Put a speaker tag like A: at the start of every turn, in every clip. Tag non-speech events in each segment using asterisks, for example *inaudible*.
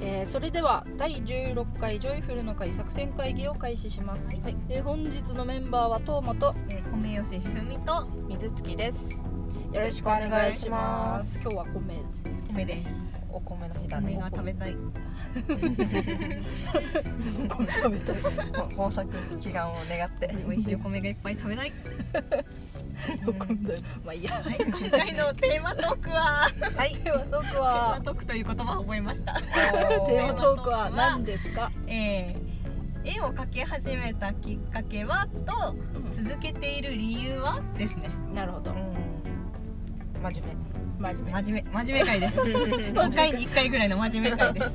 A: ーそれでは第16回ジョイフルの会作戦会議を開始します、
B: はい
A: えー本日のメンバーはトーマと
B: えー、米吉ひふみと
A: 水月です
B: よろしくお願いします
A: 今日は米ですね
B: 米です。
C: お米の日だ
B: 米
C: ね
B: が。食べたい。
C: お米食べたい。豊作祈願を願って。
B: *laughs* 美味しいお米がいっぱい食べたい。
A: 喜んでまあいいや
B: はい、今回のテーマトーク *laughs* は、テ
A: はいではトーク
B: ーマ
A: は
B: トークという言葉を覚えました。
A: テーマトークは何ですか
B: えー、絵を描き始めたきっかけはと続けている理由はですね。
A: なるほど
C: うん。真面
A: 真面目
B: 真面目真面目会です。5回に1回ぐらいの真面目会です。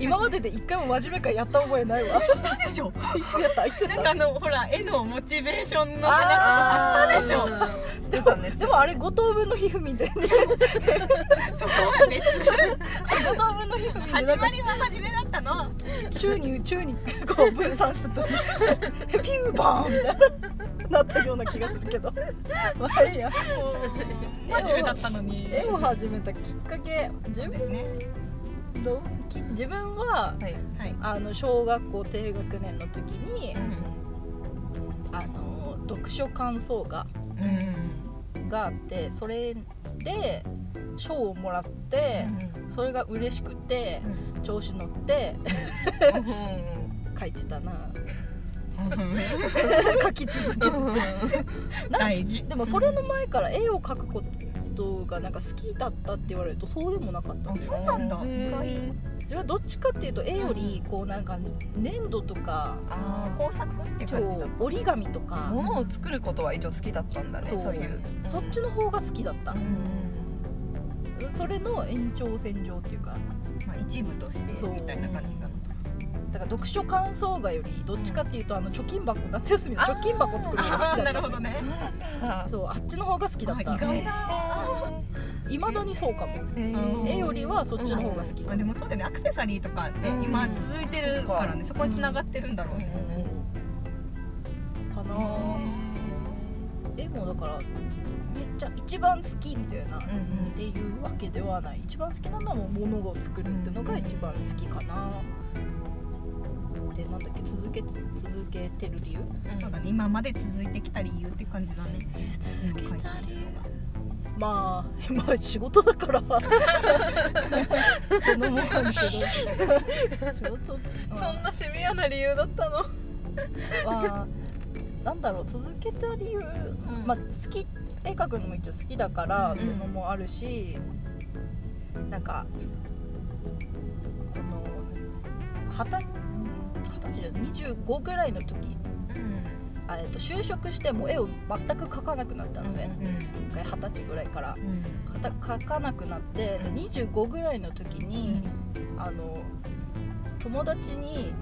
A: 今までで一回も真面目かやった覚えないわい
B: したでしょ。
A: つやったいつや
B: なん
A: っ
B: かあのほら絵のモチベーションの
C: あ
B: 話
C: ー
B: とかしたでしょ。
C: 目。してたね
A: た。でもあれ5等分の皮膚みたいな
B: そこは別に
A: 5等分の皮膚みたいな
B: 始まりは初めだったの。
A: 宙に宙にこう分散してた *laughs* ピューバーンみたいななったような気がするけど *laughs* まあいいや
B: 真面目だったのに。
A: 絵を始めたきっかけ自
B: です
A: 分
B: ね。
A: どき自分は
C: はい。
B: はい。
A: あの小学校低学年の時にあの読書感想画
C: うん。
A: があってそれで賞をもらってそれが嬉しくて調子乗って *laughs* 書いてたな書き続ける
B: 大事。
A: でもそれの前から絵を描くことがなんか好きだったって言われるとそうでもなかった
B: あそうなんだ。
C: うん
B: 意外
A: 自分はどっちかっていうと絵よりこうなんか粘土とか
C: ああ、こ
B: 工作って
A: そ
B: 感じだ
A: う。折り紙と
C: う。
A: か
C: 物を作ることは一応好きだったんだね。
A: そう
C: そういう。
A: そっちの方が好きだった
C: うん。
A: それの延長線上っていうか
B: まあ一部としてみたいな感じかな。
A: だから読書感想画よりどっちかっていうとあの貯金箱夏休みの貯金箱作るのが好
B: あ
A: きだ
B: ーな
A: っ
B: るほ
A: た
B: どね。
C: あ
A: そうあっちの方が好きだっ
B: あ意
A: た
B: 外だ。
A: いまだにそうかも
B: うん
A: 絵よりはそっちの方が好き
B: まあでもそうだよね。アクセサリーとかね
C: うん
B: 今続いてるからね。そこに繋がってるんだろうね。
A: かなあ絵もだからめっちゃ一番好きみたいなっ
C: うん
A: ていうわけではない一番好きなのはもう物を作るってのが一番好きかなでなんだっけ続け続けてる理由
B: そうだね。今まで続いてきた理由って感じだね。続けた理由が。
A: まあ *laughs* まあ仕事だから *laughs* 子供なんですけど仕事
C: そんなシビアな理由だったの。
A: はなんだろう続けた理由、まあ、好き絵描くのも一応好きだからっていうのもあるし、なんかこの二十二十歳じゃない25ぐらいの時あえっと就職してもう絵を全く描かなくなったので、
C: うん。
A: 一回二十歳ぐらいから
C: うん。
A: かた描かなくなってで
C: うん
A: 25ぐらいの時に、あの友達に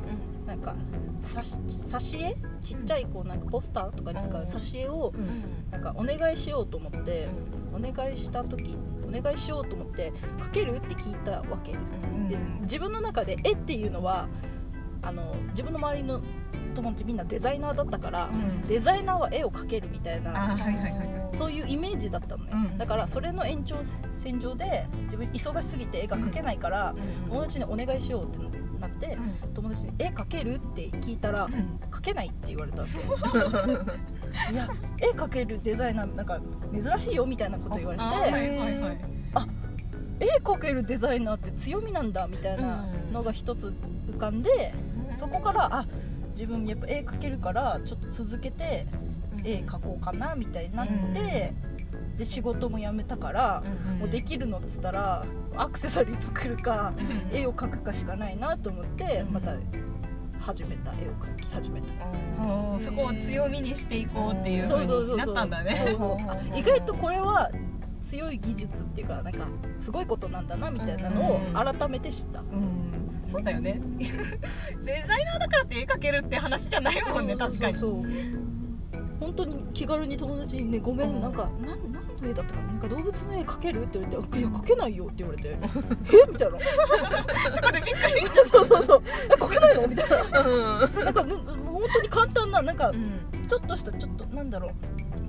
A: なんかさし挿絵ちっちゃいこうなんかポスターとかに使う
C: うん
A: 挿絵を
C: うん。
A: なんかお願いしようと思って、お願いした時お願いしようと思って「描ける?」って聞いたわけ、
C: うん。
A: で自分の中で絵っていうのはあの自分の周りの友達みんなデザイナーだったから、デザイナーは絵を描けるみたいな
B: あーはいはいはいはい。
A: そういうイメージだったのね、
B: うん
A: だからそれの延長線上で自分忙しすぎて絵が描けないから、友達にお願いしようってなって友達に「絵描ける?」って聞いたら「描けない」って言われたわけいや絵描けるデザイナーなんか珍しいよみたいなこと言われ
B: あーは
A: て
B: いはいはい。
A: 絵描けるデザイナーって強みなんだみたいなのが一つ浮かんでそこからあ自分やっぱ絵描けるからちょっと続けて絵描こうかなみたいになってで仕事も辞めたからもうできるのっつったらアクセサリー作るか絵を描くかしかないなと思って
C: うん
A: また始めた絵を描き始めた
B: あーそこを強みにしていこうっていう
A: そうそ
B: 風
A: うそう
B: にな
A: そ
B: っ
A: う
B: たんだね。
A: そうそうあ意外とこれは強い技術っていうかなんかすごいことなんだなみたいなのを改めて知った、
C: うん
B: そうだよね。デザイナーだからって絵描けるって話じゃないもんね確かに。
A: そうそう本当に気軽に友達にね「ごめ
C: うんん
A: なんかなん何の絵だったかななんか動物の絵描ける?」って言われて「いや描けないよ」って言われ *laughs* て「えみ *laughs* たいな
B: そこでびっくり
A: そうそうそう「え描けないの?」みたいな
C: うん
A: なんかねもう本当に簡単ななんか
B: うん
A: ちょっとしたちょっとなんだろう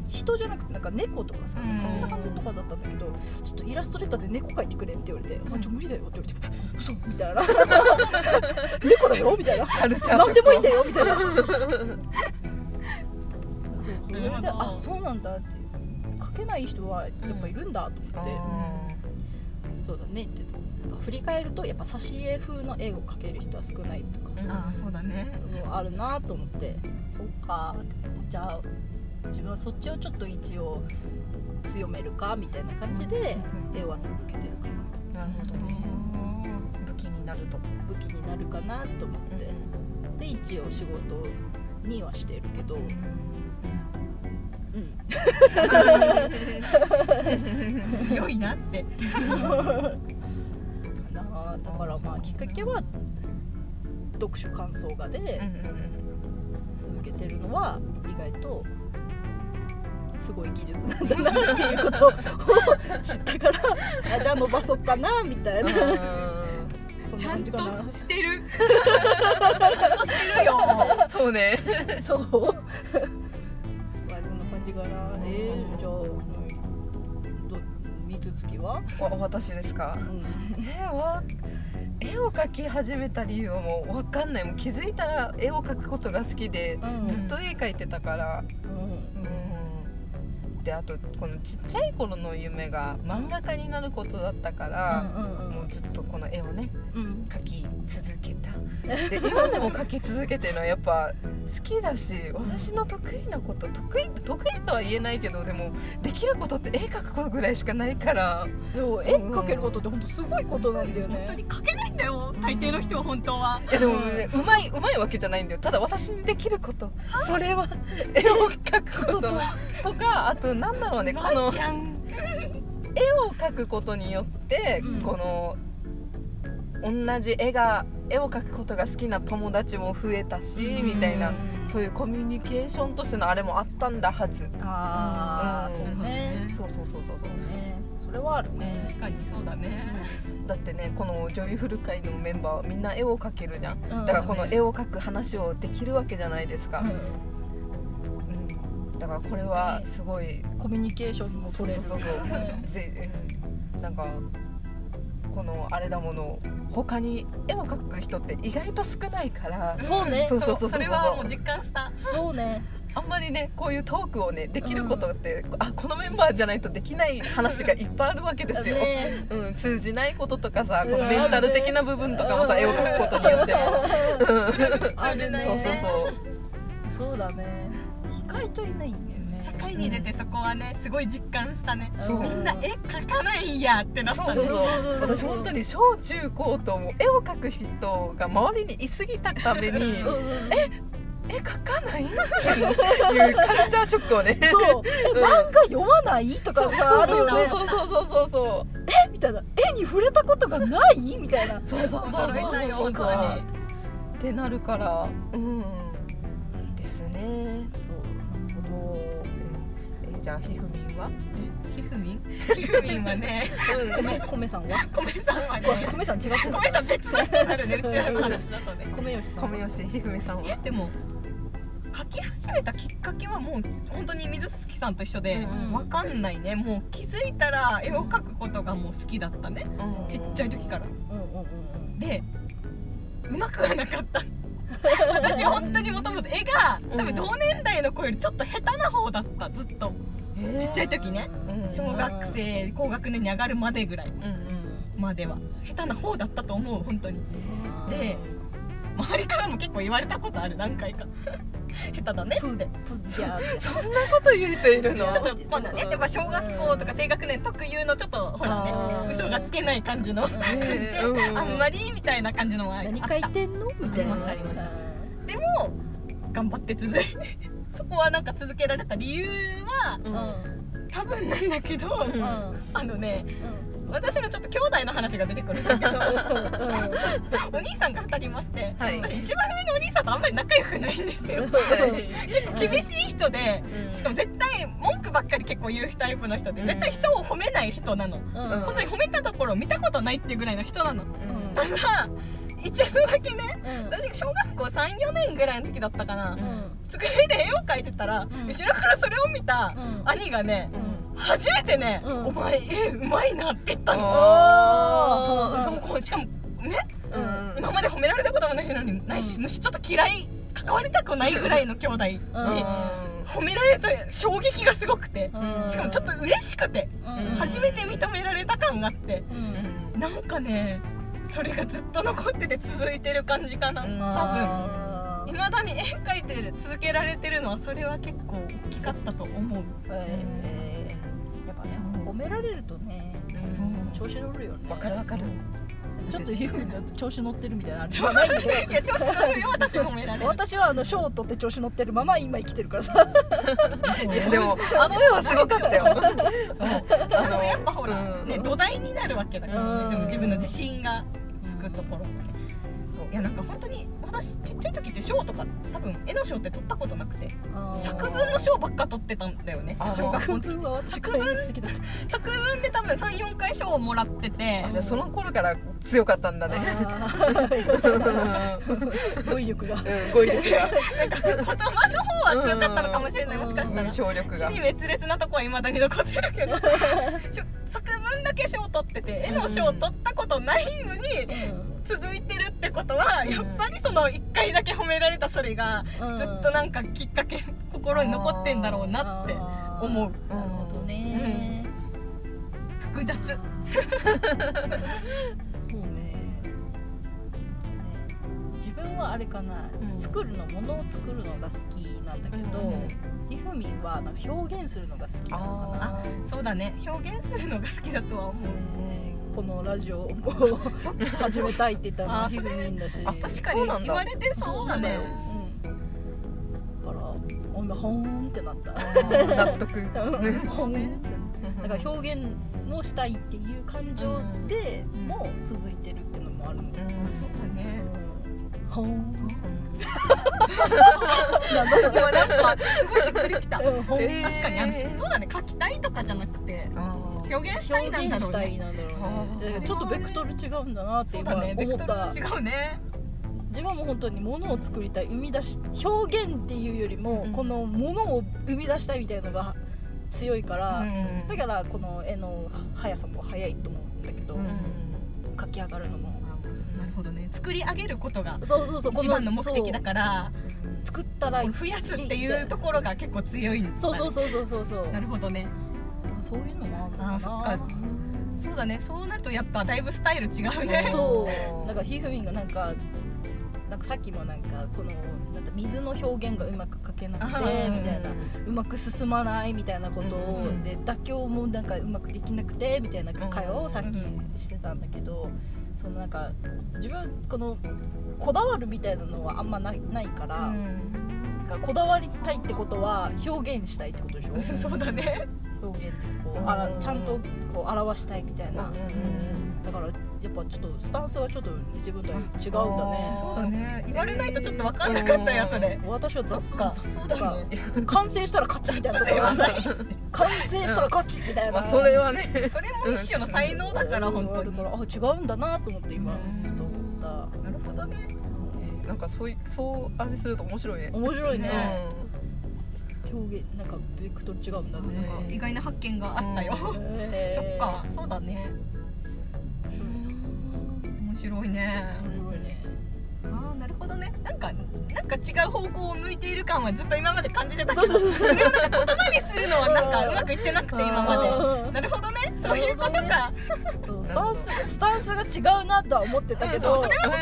A: 人じゃなくてなんか猫とかさ、
B: うん
A: そんな感じとかだったんだけどちょっとイラストレーターで猫描いてくれって言われて「あちょ無理だよ」って言われて「嘘」みたい *laughs* な「猫だよ」みたいな
C: カルチャーシ
A: 何
C: ョック
A: でもいいんだよみたいな。そうそ
B: な
A: れで
B: るほど
A: あそうなんだって書けない人はやっぱいるんだと思って、そうだねって言ってなんか振り返るとやっぱ挿絵風の絵を描ける人は少ないとか
C: うん
B: あーそうだね
A: あるなと思ってそっかじゃあ自分はそっちをちょっと一応強めるかみたいな感じで絵は続けてるかな
C: なるほどね武器になると
A: 武器になるかなと思って、で一応仕事にはしてるけど、 *laughs* うん、
B: 強いなって
A: かなだからまあきっかけは読書感想画で続けてるのは意外とすごい技術なんだな *laughs* っていうことを知ったからあじゃあ伸ばそっかなみたいなそん
B: ち
A: な
B: ゃん
A: 感じ
B: と
A: かな
C: *laughs*
B: してる
C: いるよそうね *laughs*
A: *laughs* そうまあそんな感じかなえー、じゃあうんど水月は、
C: わ私ですか
A: うん、
C: 絵は絵を描き始めた理由はもう分かんないもう気づいたら絵を描くことが好きで
A: うん
C: ずっと絵描いてたから
A: うん
C: うんであとこのちっちゃい頃の夢が漫画家になることだったから、もうずっとこの絵をね
A: うんうん
C: 描き続けたで今でも描き続けてるのはやっぱ好きだし私の得意なこと得意得意とは言えないけどでもできることって絵描くことぐらいしかないから
A: でも絵描けることって本当すごいことなんだよね
B: 本当に書けないんだよ大抵の人は本当はい
C: やでもねうまいうまいわけじゃないんだよただ私にできることそれは絵を描くこととかあとなんだろうねこの
B: やん
C: 絵を描くことによって、
A: うん
C: この同じ絵が絵を描くことが好きな友達も増えたし、
A: うん
C: みたいなそういうコミュニケーションとしてのあれもあったんだはず
A: ああ、
C: うん
A: そうね。
C: そうそうそうそうそ
A: そううね。それはあるね。
B: 確かにそうだね
C: だってねこのジョイフル会のメンバーはみんな絵を描けるじゃん
A: だ
C: だからこの絵を描く話をできるわけじゃないですか、うんだからこれはすごい
A: コミュニケーションも
C: そう
A: 取れ
C: そう
A: る。
C: そうそうぜうんなんかこのあれだもの他に絵を描く人って意外と少ないから
A: そうね
C: そうそうそ
B: そ
C: うそう
B: れはもう実感した
A: そうね。
C: あんまりねこういうトークをねできることって、あこのメンバーじゃないとできない話がいっぱいあるわけですよ、
A: ね
C: うん、通じないこととかさ
A: うん
C: このメンタル的な部分とかもさ絵を描くことによっても
A: あるね。
C: そうそうそう
A: そう。そうだね。意外といないんだよね。
B: 社会に出てそこはねすごい実感したね
A: そう
B: みんな絵描かないんやってなっ
C: そう
B: た
C: そう
B: ね
C: そう私本当に小中高とも絵を描く人が周りにいすぎたために
A: うんうん
C: え書かないっていうカルチャーショックをね
A: そう。え漫画読まないとか
C: そう
A: さあるよね。
C: そうそうそうそうそう
A: えみたいな。絵に触れたことがないみたいな。
C: そうそうそうそう
B: 驚いたよ
C: そうそう
B: 本当に
C: ってなるからうんですね
A: そう。なるほど。
C: えじゃあひふみんは
B: ひふみんひふみんはね
A: 米米さんは。
B: 米さんはね
A: 米さん違ってた
B: 米さん別の人になるねうちらの話だとね
A: 米吉さん。
C: 米吉ひふみさん
B: え
C: は
B: でも書き始めたきっかけはもう本当に水月さんと一緒で、
A: うん
B: わかんないねもう気づいたら絵を描くことがもう好きだったね
C: うん
B: ちっちゃい時から
A: うんうんうんうん。
B: でうまくはなかった私本当にもともと絵が多分同年代の子よりちょっと下手な方だったずっと
C: えー
B: ちっちゃい時ね
C: うん
B: 小学生高学年に上がるまでぐらい
C: うんうん
B: までは下手な方だったと思う本当にで周りからも結構言われたことある何回か *laughs* 下手だねって
A: プッチャー
C: そんなこと言う人いるの
B: ちょっとまあねやっぱ小学校とか低学年特有のちょっとほらね
A: あー
B: 嘘がつけない感じの感じで
C: うん
B: *laughs*
C: うんうん
B: あんまりみたいな感じのもあった
A: 何書いてんのみたいな
B: ありましたありましたでも頑張って続いて *laughs* そこはなんか続けられた理由は
A: うんうん
B: 多分なんだけど、
C: うん
B: あのね私のちょっと兄弟の話が出てくるんだ
C: *laughs*
B: けどお兄さんが2人いまして
C: はい
B: 私一番上のお兄さんとあんまり仲良くないんですよ厳しい人でしかも絶対文句ばっかり結構言うタイプの人で
C: うん
B: 絶対人を褒めない人なの
A: うん
B: 本当に褒めたところを見たことないっていうぐらいの人なの
C: うん
B: ただ一度だけね
A: うん
B: 私が小学校34年ぐらいの時だったかな
A: うん
B: 机で絵を描いてたら
A: ん
B: 後ろからそれを見た
A: うん
B: 兄がね
A: うん
B: 初めてね
A: うん
B: 「お前絵うまいな」って言ったの
A: あー
B: そうこうしかもね
A: うん
C: うん
B: 今まで褒められたこともないのにないし、
A: うん
B: むしろちょっと嫌い関わりたくないぐらいの兄弟に
A: うん
B: 褒められた衝撃がすごくて
A: うん
B: しかもちょっと嬉しくて
A: うん
B: 初めて認められた感があって
A: うん
B: なんかねそれがずっと残ってて続いてる感じかな
C: うん
B: 多分いまだに絵描いてる続けられてるのはそれは結構大きかったと思う
A: えーやっぱね
B: そう
A: 褒められるとね調子乗るよね
C: わかるわかる
A: ちょっとユーミンだと調子乗ってるみたいなの *laughs* ある
B: 調子乗るいや調子乗るよ私褒められる
A: 私はあの賞を取って調子乗ってるまま今生きてるからさ
C: いやでもあの絵はすごかったよ
B: そう
C: あ
B: あのやっぱほら、
C: うん
B: ね土台になるわけだから、
A: うん
B: でも自分の自信がつくところもねそういやなんか本当に私ちっちゃい時って賞とか多分絵の賞って取ったことなくて作文の賞ばっか取ってたんだよね
C: あ
B: 小学校の
A: 作
B: 時
A: 文は私
B: 作文
A: 壊滅的だった
B: 作文で多分34回賞をもらってて *laughs*
C: あじゃあその頃から強かったんだね
A: あ
C: うん
A: ー *laughs* 語彙力が
C: 語彙力が
B: 言葉の方は強かったのかもしれない
A: うん
B: もしかしたら。
C: 省力
B: 死
C: が
B: に滅裂なとこはいまだに残ってるけどしょ作文だけ賞取ってて絵の賞取ったことないのに続いてるってことは
C: うん
B: やっぱりその1回だけ褒められたそれがずっとなんかきっかけ心に残ってんだろうなって思う
A: うなるほどね
B: 複雑
A: そうね自分はあれかな作るのものを作るのが好きなんだけ
C: うん
A: どひふみんはなんか表現するのが好きなのかな
C: あ
B: そうだね表現するのが好きだとは思う
A: ねこのラジオを始めたいって言った
B: あ
A: ら
B: ー
A: ひ
B: そ
A: ふ
B: れ
A: みんだし
C: あ
B: 確か
C: 確か
B: に
C: に
B: 言われてそうだね
A: うんだからあんなほーんってなった
C: ー納得
A: *laughs* ほーんってなっただから表現をしたいっていう感情でも続いてるっていうのもあるので、
B: あそうだね
A: ほーん
B: でもなんかすごいしっくり
A: *laughs*
B: きた
A: うんほーん
C: えー
B: 確かにあのそうだね書きたいとかじゃなくて表現したいな
A: 表
B: んだ
A: 現
B: ろう
A: したい
B: ね
A: なんだろう
C: あー
A: ねでちょっとベクトル違うんだなって
B: そう
A: 今
B: だねベ
A: 思
B: ク
A: っ
B: トル
A: た
B: が違うね
A: 自分はもう本当に物を作りたい生み出し表現っていうよりも、
C: うん
A: この物を生み出したいみたいなのが強いから、
B: うん
A: だからこの絵の速さも速いと思うんだけど、
B: ん
A: 描き上がるのも
B: なるほどね作り上げることが
A: そうそうそう
B: 一番の目的だ
A: そう
B: から
A: 作ったら
B: 増やすっていうところが結構強いんだね
A: そうそうそうそうそうそう
B: なるほどね
A: あそういうのもあるのか
B: あ
A: な
B: そっそうだねそうなるとやっぱだいぶスタイル違うね
A: そうなんかひふみんがなんかなんかさっきもなんかこのなんか水の表現がうまく描けなくてみ
B: あー
A: たいなうまく進まないみたいなことを、
B: うん
A: で妥協もなんかうまくできなくてみたいな会話をさっ
B: うん
A: きしてたんだけど、そのなんか自分このこだわるみたいなのはあんまないないから、なんかこだわりたいってことは表現したいってことでしょ
B: *laughs* そうだね
A: 表現ってこうあらちゃんとこう表したいみたいな、だからやっぱちょっとスタンスがちょっと自分とは違うんだね
C: あー
B: そうだね言われないとちょっと分かんなかったやそれ
A: 私は雑
B: か
A: か
B: そう
A: だ
B: だ
A: か
B: ね
A: 完成したら勝ちみたいなところがある *laughs* 完成したら勝ちみたいな、
C: まあそれはね
B: それも一種の才能だから本当に
A: だ
B: な
A: からあ違うんだなと思って今ちょっと思った
B: るほどね
C: なんかそういそうあれすると面白いね
A: 面白いね
B: ね
A: 表現なんかベクトル違うんだね
C: ね
B: 意外な発見があったよ
A: へ
B: そ
A: ー
B: っかそうだね面白いね
A: 面白いね
B: ああなるほどねなんかなんか違う方向を向いている感はずっと今まで感じてたけ
A: そうそ
B: ど
A: うそう
B: それをなんか言葉にするのはなんかうまくいってなくて今ま
A: あ
B: で
A: ー
B: なるほどねそういうこと
A: な
B: か
A: そうスタンススタンスが違うなとは思ってたけ
B: う
A: ど
B: んそうそれは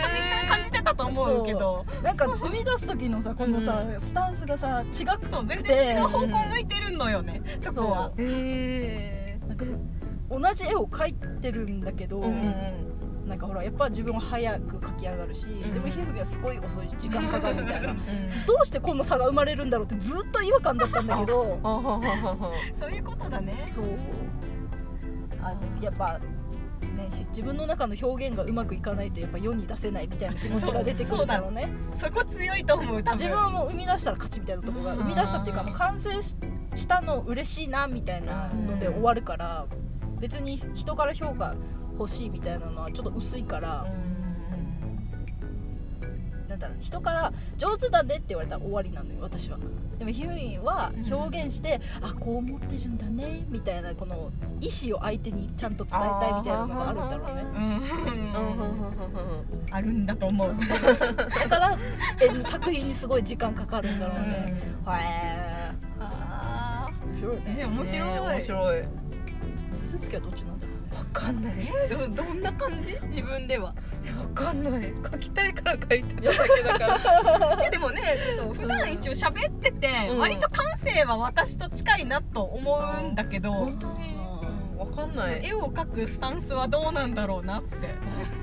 B: 感じてたと思うけど
A: なんか生み出す時のさこのさ、スタンスがさ違く
B: そう全然違う方向向いてるのよねそこは
C: え
A: なんか同じ絵を描いてるんだけど、
C: うん
A: なんかほらやっぱ自分は早く描き上がるし、
C: ん
A: でもひふみはすごい遅いし時間かかるみたいな
C: うん
A: どうしてこの差が生まれるんだろうってずっと違和感だったんだけど
C: あほほほほ
B: そういうことだ
A: *laughs*
B: ね
A: そうあやっぱね自分の中の表現がうまくいかないとやっぱ世に出せないみたいな気持ちが出てくるんだろうね
B: そこ強いと思う多分
A: 自分はもう生み出したら勝ちみたいなとこが
B: うん
A: 生み出したっていうかもう完成ししたの嬉しいなみたいなので終わるから別に人から評価欲しいみたいなのはちょっと薄いから、なんだろう人から「上手だね」って言われたら終わりなのよ私はでもヒューインは表現して「あこう思ってるんだね」みたいなこの意思を相手にちゃんと伝えたいみたいなのがあるんだろうね
B: うん
C: うんうんうんうんうん
B: あるんだと思う、
A: だからえ作品にすごい時間かかるんだろうね、へ
B: あ
A: え面白いね
B: ね面白い
C: ね面白い
A: スーツケはどっちなんだろうね
C: わかんない
B: ーどどんな感じ自分では
C: わかんない書きたいから書いてただけだ *laughs* から
B: えでもねちょっと普段一応喋ってて、
C: うん
B: 割と感性は私と近いなと思うんだけど、
C: 本当に
A: うん
C: わかんない
B: 絵を描くスタンスはどうなんだろうなって
C: わ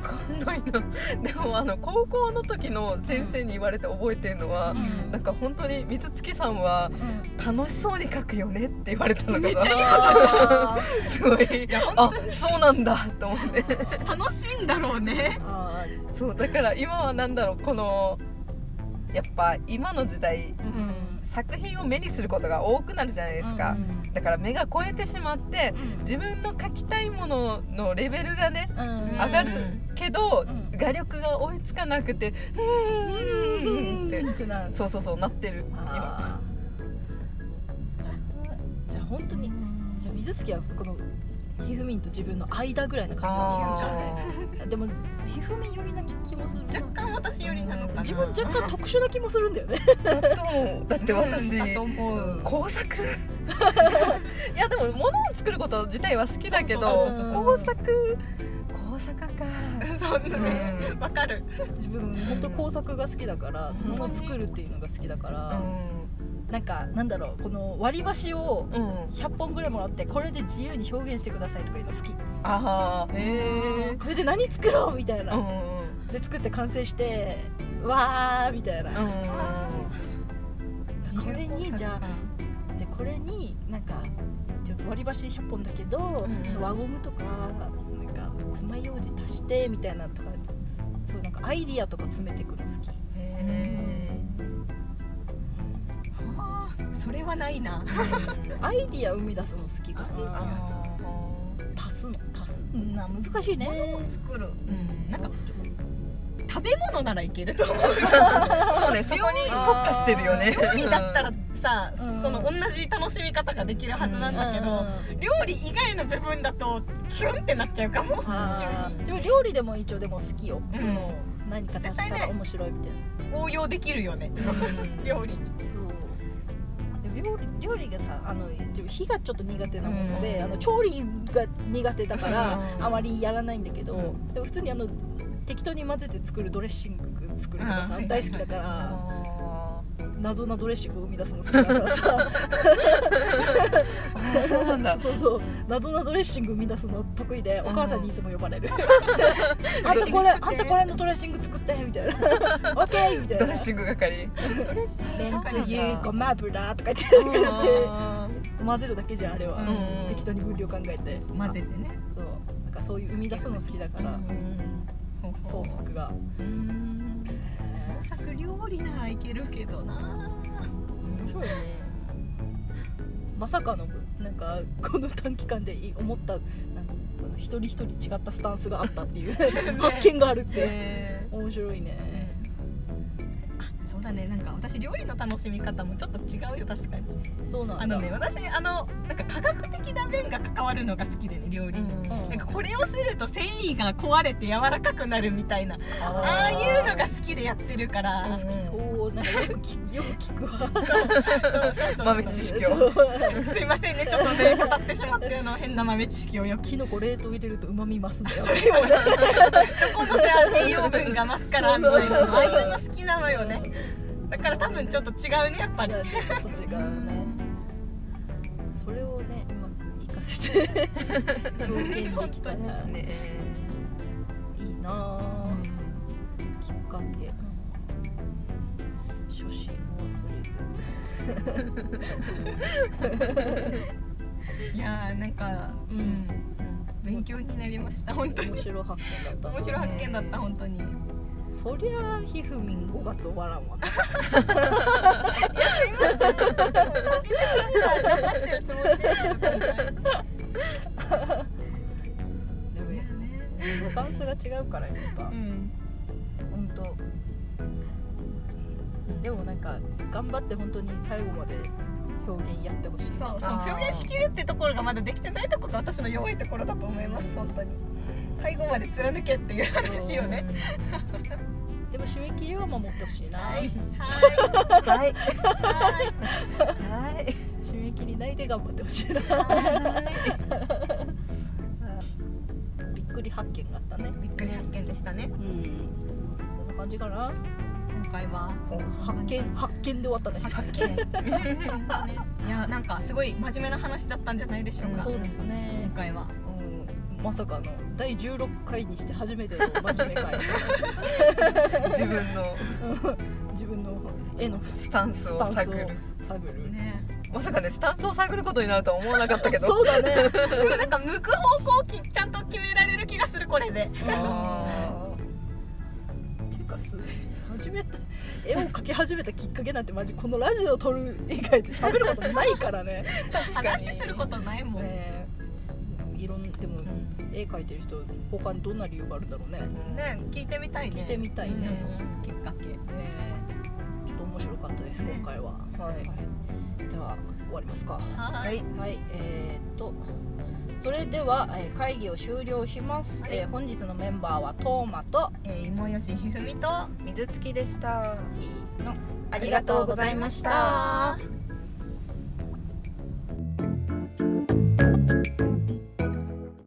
C: かんないなでもあの高校の時の先生に言われて覚えてるのは
A: うん
C: なんか本当に水月さんは楽しそうに書くよねって言われた *laughs* の
B: めっちゃ
C: が
A: あー
C: すごいあそうなんだと思って
B: 楽しいんだろうね
A: あ
C: そうだから今はなんだろうこのやっぱ今の時代
A: ーうん
C: 作品を目にすることが多くなるじゃないですか、だから目が超えてしまって自分の描きたいもののレベルがね
A: うん
C: 上がるけど、
A: うん
C: 画力が追いつかなくて「うーんうーん」って
A: ってなる
C: そうそうそうなってる今
A: あーじゃあ本当にじゃあ水月はこのひふみんと自分の間ぐらいの感
C: あー
A: じが違うじゃんねでもひふみん寄りな気もするな
B: 若干私よりなのかな
A: 自分若干特殊な気もするんだよね
C: だと思うだって私、
B: うんだと思う
A: *laughs*
C: 工作いやでも物を作ること自体は好きだけど
A: そうそうそうそう
C: 工作工作か、
B: そう
C: う
B: ね
C: ん
B: わかる
A: 自分本当工作が好きだから
C: うん
A: 物を作るっていうのが好きだからなんかなんだろうこの割り箸を
C: うん、
A: 100本ぐらいもらってこれで自由に表現してくださいとかいうの好き
C: ああへえ
A: これで何作ろうみたいな、
C: うん
A: で作って完成してわーみたいな、
C: うんうん
A: これにじゃあでこれになんかちょっと割り箸100本だけど、
C: うん
A: ちょっと輪ゴムとかなんか爪楊枝足してみたいなとかそうなんかアイディアとか詰めてくの好き
C: へ
B: あーそれはないな
C: ー
A: アイディア生み出すの好きかな
C: あ
A: 足すの足すな難しいね
B: 作る
C: ーうん
B: なんか食べ物ならいけると思う
C: そうねそこに特化してるよね
B: 料理 *laughs* だったらさ、
A: うん
B: その同じ楽しみ方ができるはずなんだけど、
A: うん
B: 料理以外の部分だとキュンってなっちゃうかも
A: あー
B: 急に
A: でも料理でも一応でも好きよ、
B: うん
A: その何か足した
B: 絶対
A: ら
B: ね
A: 面白いみたいな
B: 応用できるよね
C: うん
B: 料理に
A: そうで料理料理がさあの自分火がちょっと苦手なもので、
C: うん
A: あの調理が苦手だから、
C: うん
A: あまりやらないんだけど、
C: う
A: でも普通にあの適当に混ぜて作るドレッシング作るとかさ、
B: うん
A: 大好きだから、
C: あ
A: 謎なドレッシングを生み出すの好きだからさ
C: ーそうなんだ
A: そうそう謎なドレッシング生み出すの得意でお母さんにいつも呼ばれる「あんた
B: レッシング
A: これ
B: 作って
A: あんたこれのドレッシング作って」みたいな「オッケー」みたい
C: ド
A: な
C: レッシング係
A: 「めんつゆごま油」とか言ってやって。
C: あ
A: 混ぜるだけじゃんあれは、
B: うん
A: 適当に分量考えて
B: 混ぜてね
A: そうなんかそういう生み出すの好きだから、創作が、
B: 創作料理ならいけるけど
A: 面
B: な
A: 白いねまさかのなんかこの短期間で思ったなんかあの一人一人違ったスタンスがあったって
B: *laughs*
A: いう発見があるって、
C: へ
A: 面白いね
B: あそうだねなんか私料理の楽しみ方もちょっと違うよ確かに
A: そうなんだ
B: あのね私あのなんか科学的な面が関わるのが好きでね料理に、なんかこれをすると繊維が壊れて柔らかくなるみたいな
A: あ
B: ああいうの
A: が
B: が好きでやってるから
A: 好きそうなんかよく聞よく聞
B: *laughs*
A: くわ
B: そうそうそう
C: *laughs* 豆知識を
A: そう *laughs*
B: すいませんねちょっとね語ってしまってあの変な豆知識をよく
A: キノコ冷凍入れると旨味増すんだ
B: *laughs*
A: *laughs* よ
B: このさ栄養分が増す
C: *laughs*
B: からみたいなああいうの好きなのよねだから多分ちょっと違うねやっぱり
A: ちょっと違うねそれをねうまく活かせて表現できたらいいね
C: ね
A: なあ、きっかけ、初心を忘れず
B: いやーなんか、
A: うん
B: 勉強になりました本当
A: 面
B: に
A: 白い発見だったな
B: 面白い発見だった本当に
A: そりゃあひふみん5月終わらんわなでもやっぱスタンスが違うからやっぱ
B: うん
A: 本当でもなんか頑張って本当に最後まで表現やってほしい
B: そうそう
C: あー
B: 表現しきるってところがまだできてないところが私の弱いところだと思います本当に最後まで貫けっていう話をね
A: でも締め切りは守ってほしいな、
B: は
C: はい
B: い
C: *laughs* はい
A: 締め切りないで頑張ってほしいなびっくり発見があったね
B: びっくり発見でしたね
A: うんこんな感じかな
B: 今回は
A: 発見発見で終わったね
B: 発見 *laughs* いやなんかすごい真面目な話だったんじゃないでしょうか、
A: そうですね
B: 今、回は
A: うん、まさかの第16回にして初めての真面目回
C: 自分の
A: 自分の絵の
C: スタンスを探る
A: 探る、
B: ね
C: まさかねスタンスを探ることになるとは思わなかったけど
A: そうだね
B: でも *laughs* なんか向く方向をきちゃんと決められる気がするこれで
C: あ
A: てかす始めた絵を描き始めたきっかけなんてマジこのラジオを撮る以外で喋ることないからね
C: 確かに
B: 話することないもん、
A: ねえいろんでも絵描いてる人他にどんな理由があるんだろうね
B: ね聞いてみたいね
A: 聞いてみたいね
B: うんきっかけ
A: ねえちょっと面白かったです
B: ね
A: 今回は、
C: はい
A: はい、では終わりますか
B: は
A: はい、えーっとそれでは、えー会議を終了します、
B: はい
A: えー本日のメンバーはトーマと
B: えー、芋よしひふみと
C: 水月でした
A: のありがとうございました。